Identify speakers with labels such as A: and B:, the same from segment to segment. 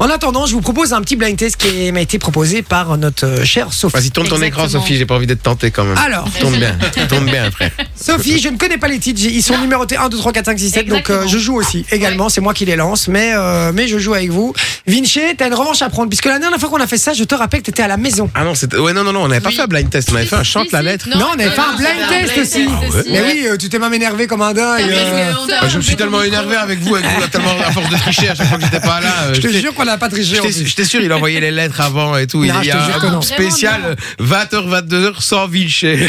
A: En attendant, je vous propose un petit blind test qui m'a été proposé par notre euh, chère Sophie.
B: Vas-y, tourne ton écran,
C: Exactement.
B: Sophie, j'ai pas envie d'être tenté quand même.
A: Alors,
B: Tourne bien, tourne bien, frère.
A: Sophie, je ne connais pas les titres. Ils sont numérotés 1, 2, 3, 4, 5, 6, 7. Donc, euh,
C: Exactement.
A: je joue aussi également. C'est moi qui les lance. Mais, euh, mais je joue avec vous. Vinci, t'as une revanche à prendre. Puisque la dernière fois qu'on a fait ça, je te rappelle que t'étais à la maison.
B: Ah non, c'était. Ouais, non, non, non, on n'avait pas
C: Oui.
B: fait un blind test, on avait fait un
C: Si,
B: chante
C: si,
B: la
C: si.
B: lettre.
A: Non, on avait fait un blind
C: c'était
A: test aussi.
B: Ah
A: Mais oui, euh, tu t'es même énervé comme un dingue.
C: Parce
A: euh,
C: que on a-
B: Ah, je me suis tellement énervé avec vous, avec vous, là, tellement à force de tricher à chaque fois que j'étais pas là. euh,
A: je te
B: j'étais-
A: jure qu'on n'a pas triché. en
B: j'étais-
A: plus.
B: J'étais sûr, il envoyait les lettres avant et tout. Il
A: Non, je
B: y
A: te
B: a
A: jure que
B: un
A: non.
B: spécial 20h, 22h sans Vilcher.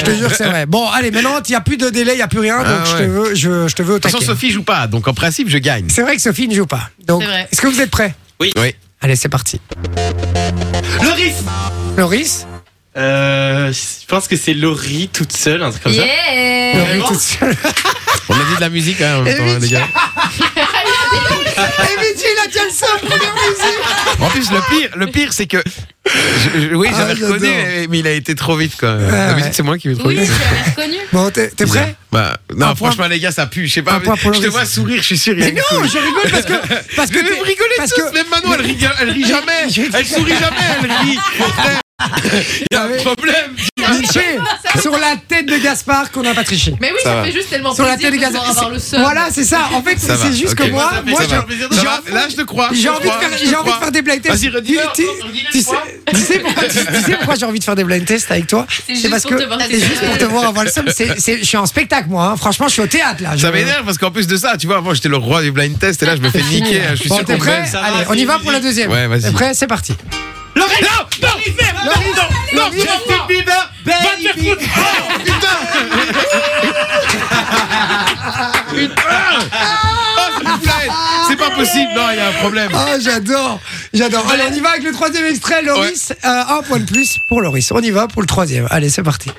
A: Je te jure que c'est vrai. Bon, allez, maintenant, il n'y a plus de délai, il n'y a plus rien. Donc,
B: Ah
A: je, te
B: ouais.
A: veux, je, je te veux au
B: De toute façon,
A: taquet.
B: Sophie joue pas, donc en principe, je gagne.
A: C'est vrai que Sophie ne joue pas. Donc,
C: C'est vrai.
A: est-ce que vous êtes prêts
B: Oui.
A: Allez, c'est parti.
D: Le riff
A: Loris
D: Euh, je pense que c'est Laurie toute seule, un truc comme ça.
C: Yeah
A: Laurie
D: bon
A: toute seule.
B: On a dit de la musique, hein, en même temps, hein, les gars.
A: Eh, Vinci, il a déjà le seul, première musique.
B: En plus, le pire, le pire, c'est que. je- je- oui,
A: Ah,
B: j'avais
A: j'adore.
B: reconnu, mais- mais il a été trop vite, quoi.
A: ouais.
B: la musique, c'est moi qui vais trop
C: Oui,
B: vite.
C: tu l'avais reconnu.
A: Bon, t'es t'es prêt
B: Bah, non,
A: Un point.
B: franchement, les gars, ça pue. Je sais
A: Un
B: pas.
A: point pour
B: Je te
A: Loris.
B: vois sourire, je suis sûr. il y a
A: Mais
B: une
A: non,
B: couille.
A: je rigole parce que. Parce que
B: Mais vous
A: t'es-
B: rigolez
A: parce
B: tous,
A: que-
B: même Manon, elle rit, elle rit jamais. Elle sourit jamais, elle rit. Il y a un problème.
A: Vinci, sur la tête de Gaspard qu'on n'a pas triché.
C: Mais oui,
B: Ça
C: ça,
B: va.
C: fait juste tellement
A: Sur la
C: plaisir
A: tête de
C: de pouvoir
A: Gaspard.
C: avoir le
A: C'est-
C: seum.
A: Voilà, c'est ça. En fait,
B: Ça va,
A: c'est juste
B: ok.
A: que moi, moi,
B: Ça va.
A: j'ai-
B: Ça
A: j'ai
B: va. là, je te crois.
A: j'ai
B: je te
A: envie de
B: crois,
A: faire,
B: je te
A: j'ai envie de
B: crois.
A: faire des blind tests.
B: Vas-y, redis.
A: Tu, tu- tu sais, tu sais pourquoi, tu, tu sais pourquoi j'ai envie de faire des blind tests avec toi
C: C'est juste
A: parce
C: pour
A: que
C: te voir
A: c'est juste pour te voir avoir le seum. C'est- c'est- Je suis en spectacle, moi. hein. Franchement, je suis au théâtre là.
B: Ça
A: Je-
B: m'énerve parce qu'en plus de ça, tu vois, avant j'étais le roi du blind test et là je me fais niquer. hein, Je suis
A: Bon,
B: sûr
A: t'es
B: qu'on
A: prêt
B: m'aime.
D: ça va,
A: Allez, on
D: c'est
A: y va
D: une
A: pour la deuxième.
B: Ouais, vas-y.
A: T'es prêt C'est parti.
B: Laurie, non, non, non, non, non,
A: Laurie,
B: Justin Bieber, va te faire foutre. Oh, putain. Putain. Oh, s'il vous plaît. C'est pas possible. Non, il y a un problème.
A: Oh, j'adore, j'adore. Allez, on y va avec le troisième extrait, Loris. Euh, un point de plus pour Loris. On y va pour le troisième. Allez, c'est parti.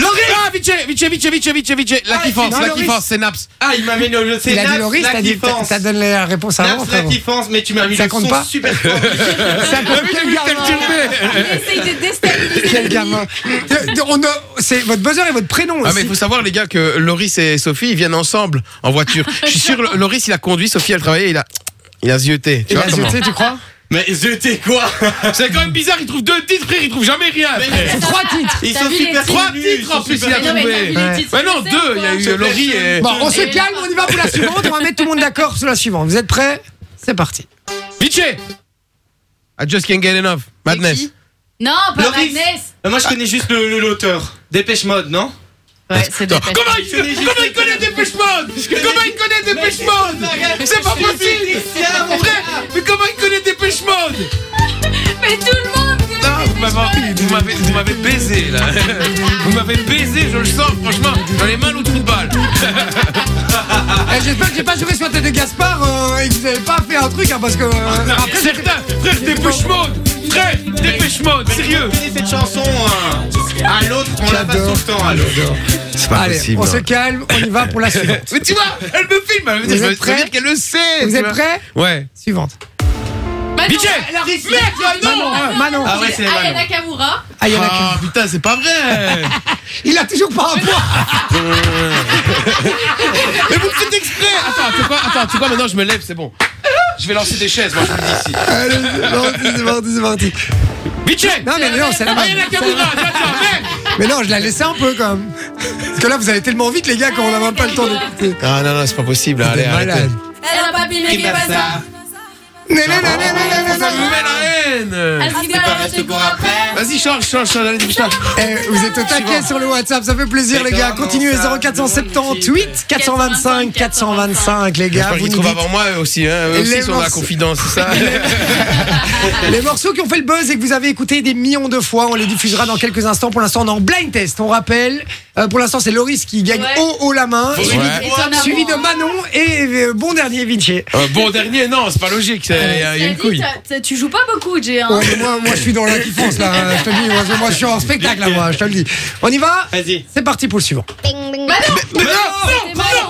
B: Laurie Ah, vite, vite, vite, vite, vite, vite, vite. La
D: Ah,
B: kiffance,
A: non,
B: la
A: Laurie.
B: kiffance, c'est Naps.
D: Ah, il m'a mis le. C'est
A: Il a dit
D: Naps,
A: Loris,
D: la
A: t'as dit,
D: kiffance.
A: t'as donné la réponse avant.
D: Naps, la
A: frérot.
D: kiffance, mais tu m'as mis
A: Ça
D: le
A: compte
D: son
A: pas
D: super fort.
A: Ça compte, quel gamin.
C: Il essaye de déstabiliser.
A: Quel gamin. De- de- on a- C'est votre buzzer et votre prénom
B: Ah mais
A: aussi.
B: il faut savoir les gars que Loris et Sophie ils viennent ensemble en voiture. Je suis sûr Lo- Loris il a conduit, Sophie elle travaillait, il a il a zioté. Tu
A: Il
B: vois
A: a
B: comment
A: jeté, tu crois
D: Mais j'étais quoi
B: C'est quand même bizarre, il trouve deux titres frère, il trouve jamais rien. frère.
A: Trois titres.
D: Ils
C: T'as
D: sont
C: vu les
D: super
C: titres
B: Trois
D: nuls,
B: titres,
D: ils
B: en
D: sont
B: plus,
D: super
B: il a
C: Mais non, mais
B: trouvé.
C: t'as vu
A: Ouais.
C: les titres
B: Mais non
C: français ou
B: deux, il y a
C: quoi
B: eu Laurie et
A: Bon, on se
C: Et-
A: calme, on y va pour la suivante. On va mettre tout le monde d'accord sur la suivante. Vous êtes prêts C'est parti.
B: Vichy. I just can't get enough. Madness.
C: qui Non, pas
D: Loris.
C: Madness.
D: Moi, je connais juste le- le- l'auteur. Dépêche Mode, non
C: Ouais, c'est
B: Attends,
C: Dépêche.
B: Comment il, comment il connaît Dépêche Mode Comment il connaît Dépêche Mode C'est pas possible Frère, mais comment il connaît Dépêche Mode
C: Mais tout le monde connaît
B: Non, vous
C: Dépêche
B: m'avez- vous m'avez- vous m'avez baisé là. Vous m'avez baisé, je le sens, franchement, dans les mains ou trou de balle.
A: Eh, J'espère que j'ai pas joué sur la tête de Gaspard euh, et que vous n'avez pas fait un truc, hein, parce que. euh, après,
B: Certains, frère, dépêche mode Frère, dépêche mode, sérieux
D: Vous connaissez cette chanson hein à l'autre, on la passe tout le temps à l'autre.
B: C'est hein.
A: Allez, on se calme, on y va pour la suivante.
B: Mais tu vois, elle me filme, elle me
A: Vous
B: dit, je
A: êtes
B: veux
A: prêts
B: dire qu'elle le sait
A: Vous
B: tu
A: êtes
B: vois.
A: prêts
B: Ouais.
A: Suivante.
C: Mode.
B: Bitch
C: Maintenant,
B: Merde,
A: Manon,
B: non
A: euh, Manon.
D: Ah ouais, c'est
C: c'est
D: Manon.
C: Aya Nakamura.
A: Ah, il y en a
B: Ah putain, c'est pas vrai
A: qu'un. Il a toujours pas un point.
B: Ah, Mais vous le faites exprès Attends, tu sais quoi, attends, tu sais quoi, maintenant je me lève, c'est bon. Je vais lancer des chaises, moi je vous le dis ici.
A: Allez, c'est parti, c'est parti, c'est parti.
B: Vichy
A: Non, mais non, c'est la
B: Allez,
A: même.
B: la caméra, attends, attends, merde
A: Mais non, je la laissais un peu quand même. Parce que là, vous allez tellement vite, les gars, qu'on n'a même pas le temps d'écouter.
B: Ah non, non, c'est pas possible,
A: Vous êtes malades.
C: Elle a pas pile
D: Qui passe ça
A: Non, non, non, non, non, non,
B: Ça
A: non.
B: Ah, me met la haine
C: Elle dit pas reste pour après.
B: Vas-y, change, change, change, allez, dépêche-toi.
A: Eh, vous êtes au taquet sur le WhatsApp, ça fait plaisir les gars. Continuez 0478 425 425 les gars.
B: J'espère
A: Vous nous
B: qu'ils trouvent
A: dites
B: avant moi eux aussi, hein. Eux
A: Et
B: aussi
A: les
B: ils sont dans la
A: morceaux-
B: confidence, c'est ça
A: les morceaux qui ont fait le buzz et que vous avez écouté des millions de fois. On les diffusera dans quelques instants. Pour l'instant, on est en blind test. On rappelle, euh, pour l'instant, c'est Loris qui gagne
C: Ouais.
A: haut haut la main,
B: Ouais.
A: suivi,
C: Et t'en as
A: suivi
C: un.
A: de Manon et euh, bon dernier Vinci.
B: Euh, Bon dernier, non, c'est pas logique, c'est- il y a il y a
C: T'as
B: une
C: dit,
B: couille.
C: t'as- t'as- Tu joues pas beaucoup, Jay. hein.
A: Ouais, mais moi, moi, je suis dans la kiffance là. hein. Je te le dis, moi, je- moi, je suis en spectacle là, moi. Je te le dis. On y va.
D: Vas-y.
A: C'est parti pour le suivant.
C: Manon
B: Mais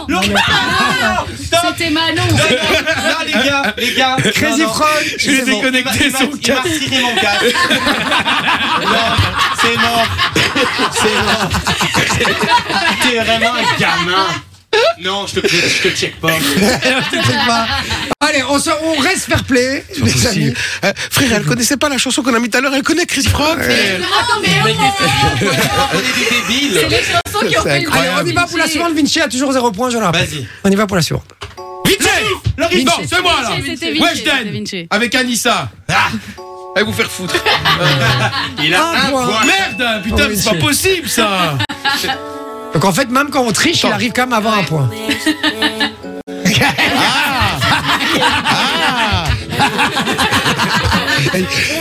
B: non
C: C'était Manon C'était Manon
D: Là, les gars, les gars.
A: Crazy
D: non, non.
A: Frog.
B: Je
A: c'est
B: les ai
A: bon.
B: connectés
D: Il m'a-
B: sur
D: Il m'a retiré mon casque. Non, c'est mort. C'est mort. T'es vraiment un gamin. Non, je te, je te check pas.
A: Je ne sais pas. Allez, on, se- on reste fair play, les amis.
B: Euh, frère, elle connaissait pas la chanson qu'on a mis tout à l'heure, elle connaît Chris Brock.
C: Attends, mais au moins,
D: On est des débiles.
C: c'est les chansons qui ont fait le
A: Allez, on y va pour la suivante. Vinci a toujours 0 points, je le rappelle.
D: Vas-y.
A: On y va pour la suivante.
B: Vite Le rythme,
A: Vinci.
B: c'est moi là
C: C'était Vinci,
B: Wesh Dan
C: c'était Vinci.
B: Avec Anissa ah. Allez vous faire foutre
D: Il a
A: Un
D: un
A: point.
D: point.
B: Merde Putain,
A: Oh,
B: mais c'est pas
A: Vinci.
B: possible ça
A: Donc en fait, même quand on triche, il arrive quand même à avoir un point.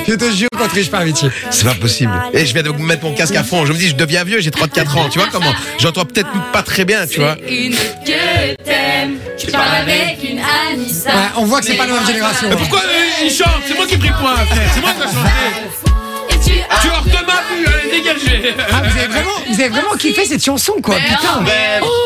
A: Je te jure qu'on triche pas, Vinci.
B: C'est pas possible. Et je viens de mettre mon casque à fond. Je me dis, je deviens vieux, j'ai 34 ans. Tu vois comment J'entends peut-être pas très bien, tu vois.
C: Une que t'aimes, je parle avec une Anissa.
A: Ouais, on voit que c'est pas la même génération.
B: Mais pourquoi euh, il chante C'est moi qui ai pris point, frère. C'est moi qui ai chanté.
C: Et tu as-
B: Tu es hors de ma vue, allez, dégagez.
A: Ah, vous avez vraiment, vous avez vraiment kiffé cette chanson, quoi.
C: Mais
A: Putain.
C: non,
D: Ben,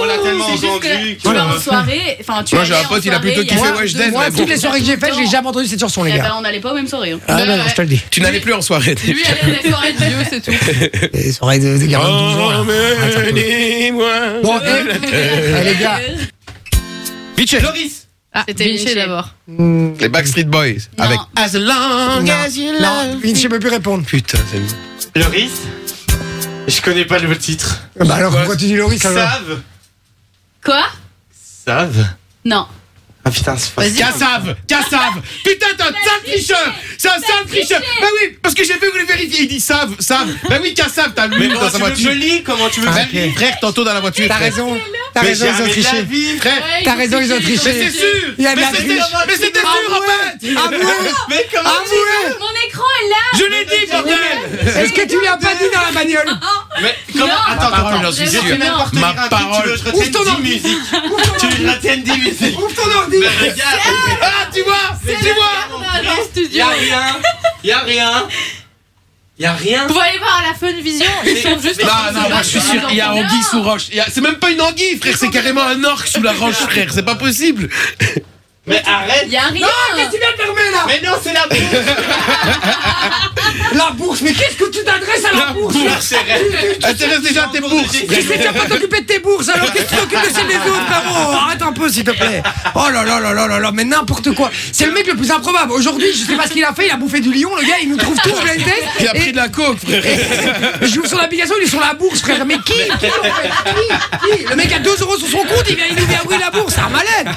D: on l'a tellement
C: C'est juste
D: entendu.
C: que tu vas en soirée. Enfin, tu
B: Moi,
C: vas
B: j'ai un
C: aller en
B: pote, il a
C: soirée,
B: plutôt kiffé
C: y
A: Moi,
C: a
B: Wesh
C: deux
B: Dan,
C: mois,
A: moi,
B: mais
C: tout
B: bon.
A: toutes les soirées que j'ai faites, j'ai jamais entendu cette chanson, les
C: Eh
A: gars.
C: ben, on n'allait pas aux mêmes soirées. hein.
A: Ah non, non, je te le dis.
B: Tu n'allais plus en soirée.
C: Lui, allait à des soirées de vieux, c'est tout.
A: Les soirées de, de gamins de 12 ans,
B: Oh,
A: là. Ah,
B: Emmenez-moi.
A: Bon, eh, eh, les gars,
B: Vite chez-
D: Loris.
C: C'était Vinci d'abord.
B: Les Backstreet Boys.
C: Non.
B: Avec As long as you
A: non,
B: love.
A: Vinci peut plus répondre.
B: Putain, c'est bon.
D: Loris Je connais pas le titre.
A: Bah alors, pourquoi tu dis Loris alors
D: Save
C: Quoi
D: Save
C: Non.
D: Ah putain, c'est pas.
C: Vas-y.
B: Cassave Cassave Putain, t'es un sale tricheur C'est un sale tricheur Bah oui, parce que j'ai vu vous le vérifier, il dit Save, Save Bah oui, Cassave, t'as
D: Mais
B: lu dans
D: comment
B: sa
D: tu veux que je
B: voiture
D: lis Comment tu veux que
A: Ah,
D: je
A: ok.
D: lis
B: Frère, tantôt dans la voiture
A: T'as
B: frère.
A: raison, t'as
D: Mais
A: raison, ils ont
D: jamais de la
A: triché.
D: vie.
B: Frère,
C: Ouais,
A: T'as raison, ils ont
C: triché.
B: mais c'est
A: triché.
B: sûr
A: Il y a de
B: Mais
A: la
B: c'était
A: triche.
B: mais c'était sûr, en fait
D: Ah,
A: Avouez
D: Mais comment
A: Avouez
C: Mon écran est là
B: Je l'ai dit, bordel
A: Est-ce que tu lui as pas dit dans la bagnole
D: Mais comment
C: Non.
B: Ma
D: Attends,
B: parole, j'en
D: attends, attends.
B: suis
D: J'ai
C: sûr.
D: fait n'importe
B: Ma
D: quel truc,
B: parole.
D: Tu veux que je
A: Ouvre ton
D: retienne
A: ordi.
D: 10 musiques Tu veux que je retienne 10 musiques
A: Ouvre ton ordi
D: Mais regarde
B: Ah, tu vois
C: C'est
B: Tu
C: le
B: vois
C: gars dans le studio.
D: Y'a rien Y'a rien Y'a rien
C: Vous allez voir à la fun vision, ils sont juste.
B: non, Bah, non, moi je suis sûr, il y a
C: Non.
B: anguille sous roche. Il y a- C'est même pas une anguille, frère, c'est carrément un orque sous la roche, frère. C'est pas possible.
D: Mais arrête
C: Il y a rien.
A: Tu viens de fermer là
D: Mais non, c'est la
A: La bourse, mais qu'est-ce que tu t'adresses à la, bourse
D: bourse, c'est vrai.
B: Elle te reste déjà à tes bourses.
A: Tu sais, tu vas pas t'occuper de tes bourses, alors qu'est-ce que tu t'occupes de celles des autres, frérot Arrête un peu, s'il te plaît. Oh là là là là là là, mais n'importe quoi. C'est le mec le plus improbable. Aujourd'hui, je sais pas ce qu'il a fait, il a bouffé du lion, le gars, il nous trouve tout au blind test.
B: Il a pris de la coke, frère.
A: Et je joue sur l'application, il est sur la bourse, frère. Mais qui, qui, en fait Qui Qui Le mec a 2 euros sur son compte, il vient, il nous vient ouvrir la bourse, c'est un malade.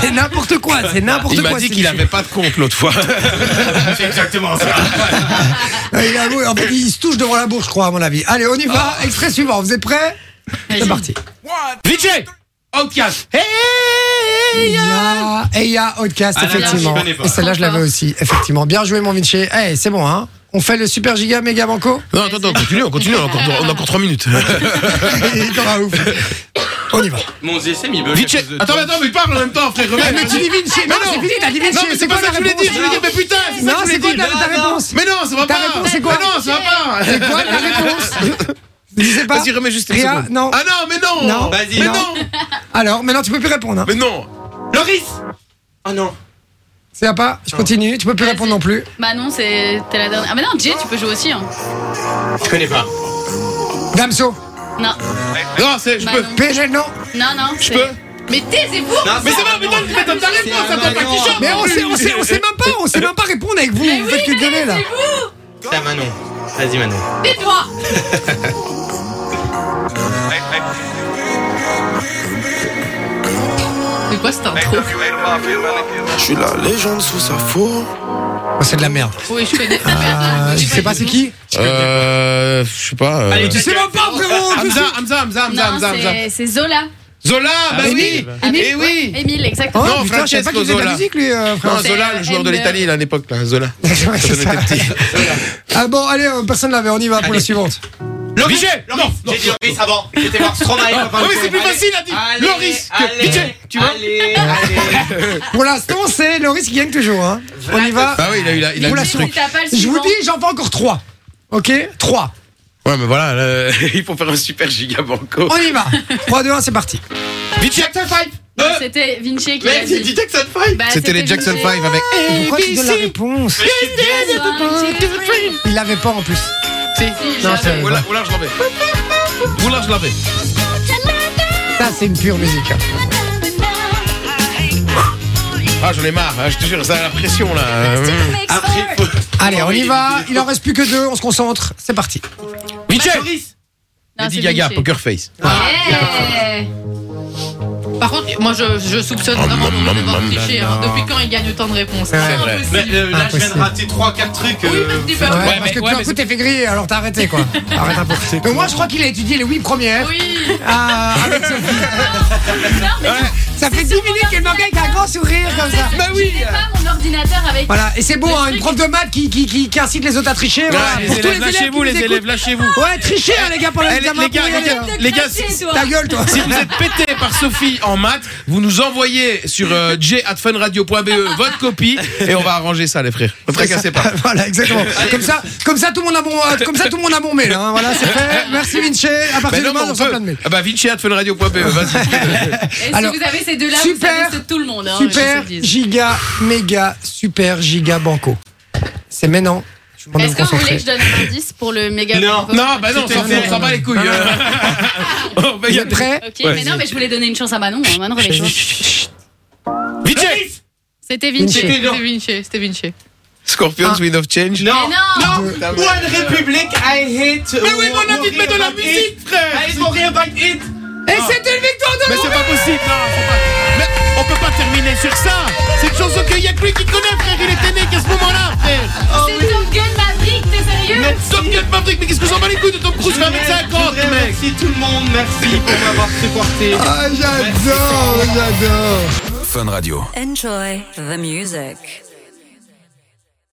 A: C'est n'importe quoi, c'est n'importe
B: Il
A: quoi.
B: m'a dit
A: c'est
B: qu'il
A: du-
B: avait pas de compte l'autre fois.
D: C'est exactement ça.
A: Ouais, Euh, il, a avoué, en fait, il se touche devant la bourse, je crois, à mon avis. Allez, on y va.
B: Ah.
A: Extrait suivant, vous êtes prêts C'est parti.
B: Vijay Outcast Hey
A: Eya, Eya Outcast,
D: Ah, la
A: effectivement.
D: dernière, je connais pas.
A: Et celle-là, je l'avais
C: Encore.
A: aussi, effectivement. Bien joué, mon Vinci. Eh, c'est bon, hein On fait le super giga méga banco
B: Non, attends, attends, continue, on continue, on a encore, on a encore 3 minutes.
A: Il t'en ouf. On y va.
D: Mon GSM, il veut.
B: Vijay Attends, attends, mais il parle en même temps, frère,
A: Eh,
B: reviens.
A: mais tu dis Vinci,
B: Mais
A: non, c'est fini, t'as dit Vinci.
B: Non, mais c'est pas
A: quoi
B: ça que
A: la
B: je voulais
A: réponse
B: dire, je voulais dire, mais putain, c'est ça
A: Non,
B: que je
A: c'est
B: voulais
A: quoi ta,
B: dire.
A: ta réponse
B: Mais non, ça
A: Ta
B: va pas
A: réponse, c'est quoi
B: Mais non, ça va pas
A: C'est quoi la réponse Je sais pas.
B: Vas-y, remets juste une
A: Rien,
B: seconde.
A: non.
B: Ah non, mais non
A: Non.
D: Vas-y,
B: Mais
A: non.
B: non
A: Alors, maintenant, tu peux plus répondre. Hein.
B: Mais non
D: Loris Oh non.
A: C'est à pas, je continue, tu peux plus
C: Vas-y.
A: répondre non plus.
C: Bah non, c'est t'es la dernière. Ah mais non, Jay, tu peux jouer aussi. Hein.
D: Je connais pas.
A: Damso,
C: Non,
B: Non, c'est. Je
C: bah
B: peux.
C: non.
A: PSG, non.
C: Non, non. Je
B: peux
C: Mais taisez-vous
D: Non,
B: Mais c'est pas, mais non, mais donne ta réponse, ça doit pas que tu chantes.
A: Mais on sait, on sait, on sait même pas, on sait même pas répondre avec vous. vous faites que gueuler là.
C: Taisez-vous
D: C'est à Manon. Vas-y, Manon.
C: Tais-toi C'est quoi cette intro
E: Je suis la légende sous sa fourre.
A: Oh, c'est de la merde.
C: Oui, je connais.
A: Euh, je sais pas c'est qui.
B: Euh. Je sais pas. euh,
A: Tu sais même pas frérot. tu sais-
B: Hamza, Hamza, Hamza, Hamza,
C: Non,
B: Hamza, Hamza.
C: c'est- c'est Zola.
B: Zola, bah oui
A: Émile.
B: Eh oui
C: Émile,
A: Oh,
C: exactement.
B: Non,
A: putain, je savais pas
B: Francesco
A: qu'il faisait de la
B: Zola.
A: musique lui, euh, frère.
B: Non, Zola, le joueur de
C: Ender.
B: l'Italie, là, à l'époque, là, Zola.
A: Ouais,
B: Quand
A: c'est
B: on était
A: ça.
B: petit.
A: Ah bon, allez, euh, personne l'avait, on y va pour la suivante.
B: Loris
D: Vigée
B: Non, Bah non.
D: J'ai dit Loris avant. J'étais voir Stromae.
B: Ah oui, c'est plus facile à dire Loris que Vijay, tu vois
D: Allez, allez.
A: Pour l'instant, c'est Loris qui gagne toujours. Hein. On y va.
B: Bah oui, il a eu la- il a
A: Pour
B: eu
A: la
B: le
A: suivante.
B: truc.
C: Si t'as pas le
A: Je vous
C: suivant.
A: dis, j'en veux encore trois. Ok Trois.
B: Ouais, mais voilà, là, euh, il faut faire un super giga banco.
A: On y va. 3, 2, 1, c'est parti.
B: Vijay Jackson 5
C: Non, C'était Vinci qui l'a
D: Mec, c'est
C: dit.
D: dit Jackson 5
C: Bah,
B: C'était les Jackson
C: Vinci.
B: 5 avec
A: Pourquoi tu donnes la
B: ABC
A: réponse
C: Vinci.
A: Il l'avait pas en plus.
C: Si,
A: Non,
C: j'avais.
A: c'est-
B: Eh, Oula, oula, je l'avais. Oula, je l'avais.
A: T'as Ça, c'est une pure musique. hein.
B: Ah, j'en ai marre, hein, je te jure, ça a la pression là.
C: Bah,
B: Euh,
D: Après, faut-
A: Allez, on y va. Il en reste plus que deux. On se concentre. C'est parti.
B: Michel
C: Non,
B: Lady
C: c'est
B: Gaga,
C: Vinci.
B: Poker Face.
C: Ouais.
F: Par contre, moi je, je soupçonne vraiment de devoir tricher. hein. Depuis quand il gagne autant de réponses
A: Ouais.
F: Ah,
B: vrai.
F: impossible.
D: Mais, euh, là, je viens
A: Impossible.
D: de rater 3-4 trucs.
F: Oui,
D: euh,
F: parce que tu
A: Ouais,
F: parles-
A: parce
B: mais-
A: que
B: ouais,
A: tout d'un
B: mais
A: coup, t'es fait griller, alors t'as arrêté, quoi. Arrête un peu. Mais moi, je crois qu'il a étudié les huit premières.
F: Oui.
A: Ah, avec Sophie. Ça fait 10 minutes qu'elle me regarde
B: hein.
A: avec un grand sourire comme ça.
C: Bah oui. Je n'ai pas mon ordinateur avec.
A: Voilà, et c'est beau, hein, une prof de maths qui, qui, qui, qui incite les autres à tricher. voilà,
B: les
A: pour tous
B: élèves, lâchez-vous,
A: qui
B: les
A: nous
B: élèves,
A: écoutent.
B: lâchez-vous.
A: Ouais, tricher, hein, les gars, pour
B: Eh, les-
A: l'examen.
B: les gars,
A: pour y
B: les
A: aller,
B: gars,
A: hein.
C: Te
B: les gars,
C: cracher,
B: si-
C: toi.
A: Ta gueule, toi.
B: Si vous êtes pété par Sophie en maths, vous nous envoyez sur euh, j@funradio.be E votre copie et on va arranger ça, les frères. Ne tracassez pas.
A: voilà, exactement. Comme ça, comme ça, tout le monde a bon, euh, comme ça, tout le monde a bon mail. Hein. Voilà, c'est fait. Merci Vinci. À
B: Mais
A: partir de
B: Ben non, mais
A: demain,
B: on
A: on sera
B: peut.
A: plein de mails.
B: Ah bah, vinci@funradio.be, E, vas-y.
C: Et si
A: Alors,
C: vous avez ces deux-là, vous
A: super,
C: savez c'est tout le monde. hein, je
A: Super
C: vous le dis.
A: giga méga super giga banco. C'est maintenant. Je m'en
C: Est-ce
A: me
C: que vous voulez
A: concentrer.
C: que je donne un indice pour le méga
D: Non.
B: Non, bah non, on s'en
A: C'était-
B: fout, on s'en bat les couilles. euh. Oh, bah,
A: Vous
B: y a-
A: êtes prêts
C: Ok,
B: Ouais,
C: mais non, mais je voulais donner une chance à Manon. hein, Manon, avait chaud.
B: Vinci
F: C'était Vinci.
A: Vinci.
F: C'était Vinci. C'était Vinci.
B: Scorpions, Wind of Change.
D: Non.
C: Mais non.
D: One Republic, I hate.
B: Mais oui, mon ami, de mettre de la musique, frère
D: Allez, mon rien back it.
A: Et c'était une victoire de
B: Mais c'est pas possible, non, faut pas. Mais on peut pas terminer sur ça C'est une chanson qu'il y a que lui qui connaît, frère, il était né qu'à ce moment-là, frère
C: C'est Top Gun Maverick, t'es sérieux
B: Top Gun Maverick, mais qu'est-ce que vous en bat les couilles de Tom Cruise, frère, avec 50,
D: Je
B: mec
D: voudrais Merci tout le monde, merci pour m'avoir supporté.
A: Ah, j'adore, j'adore.
G: Enjoy the music.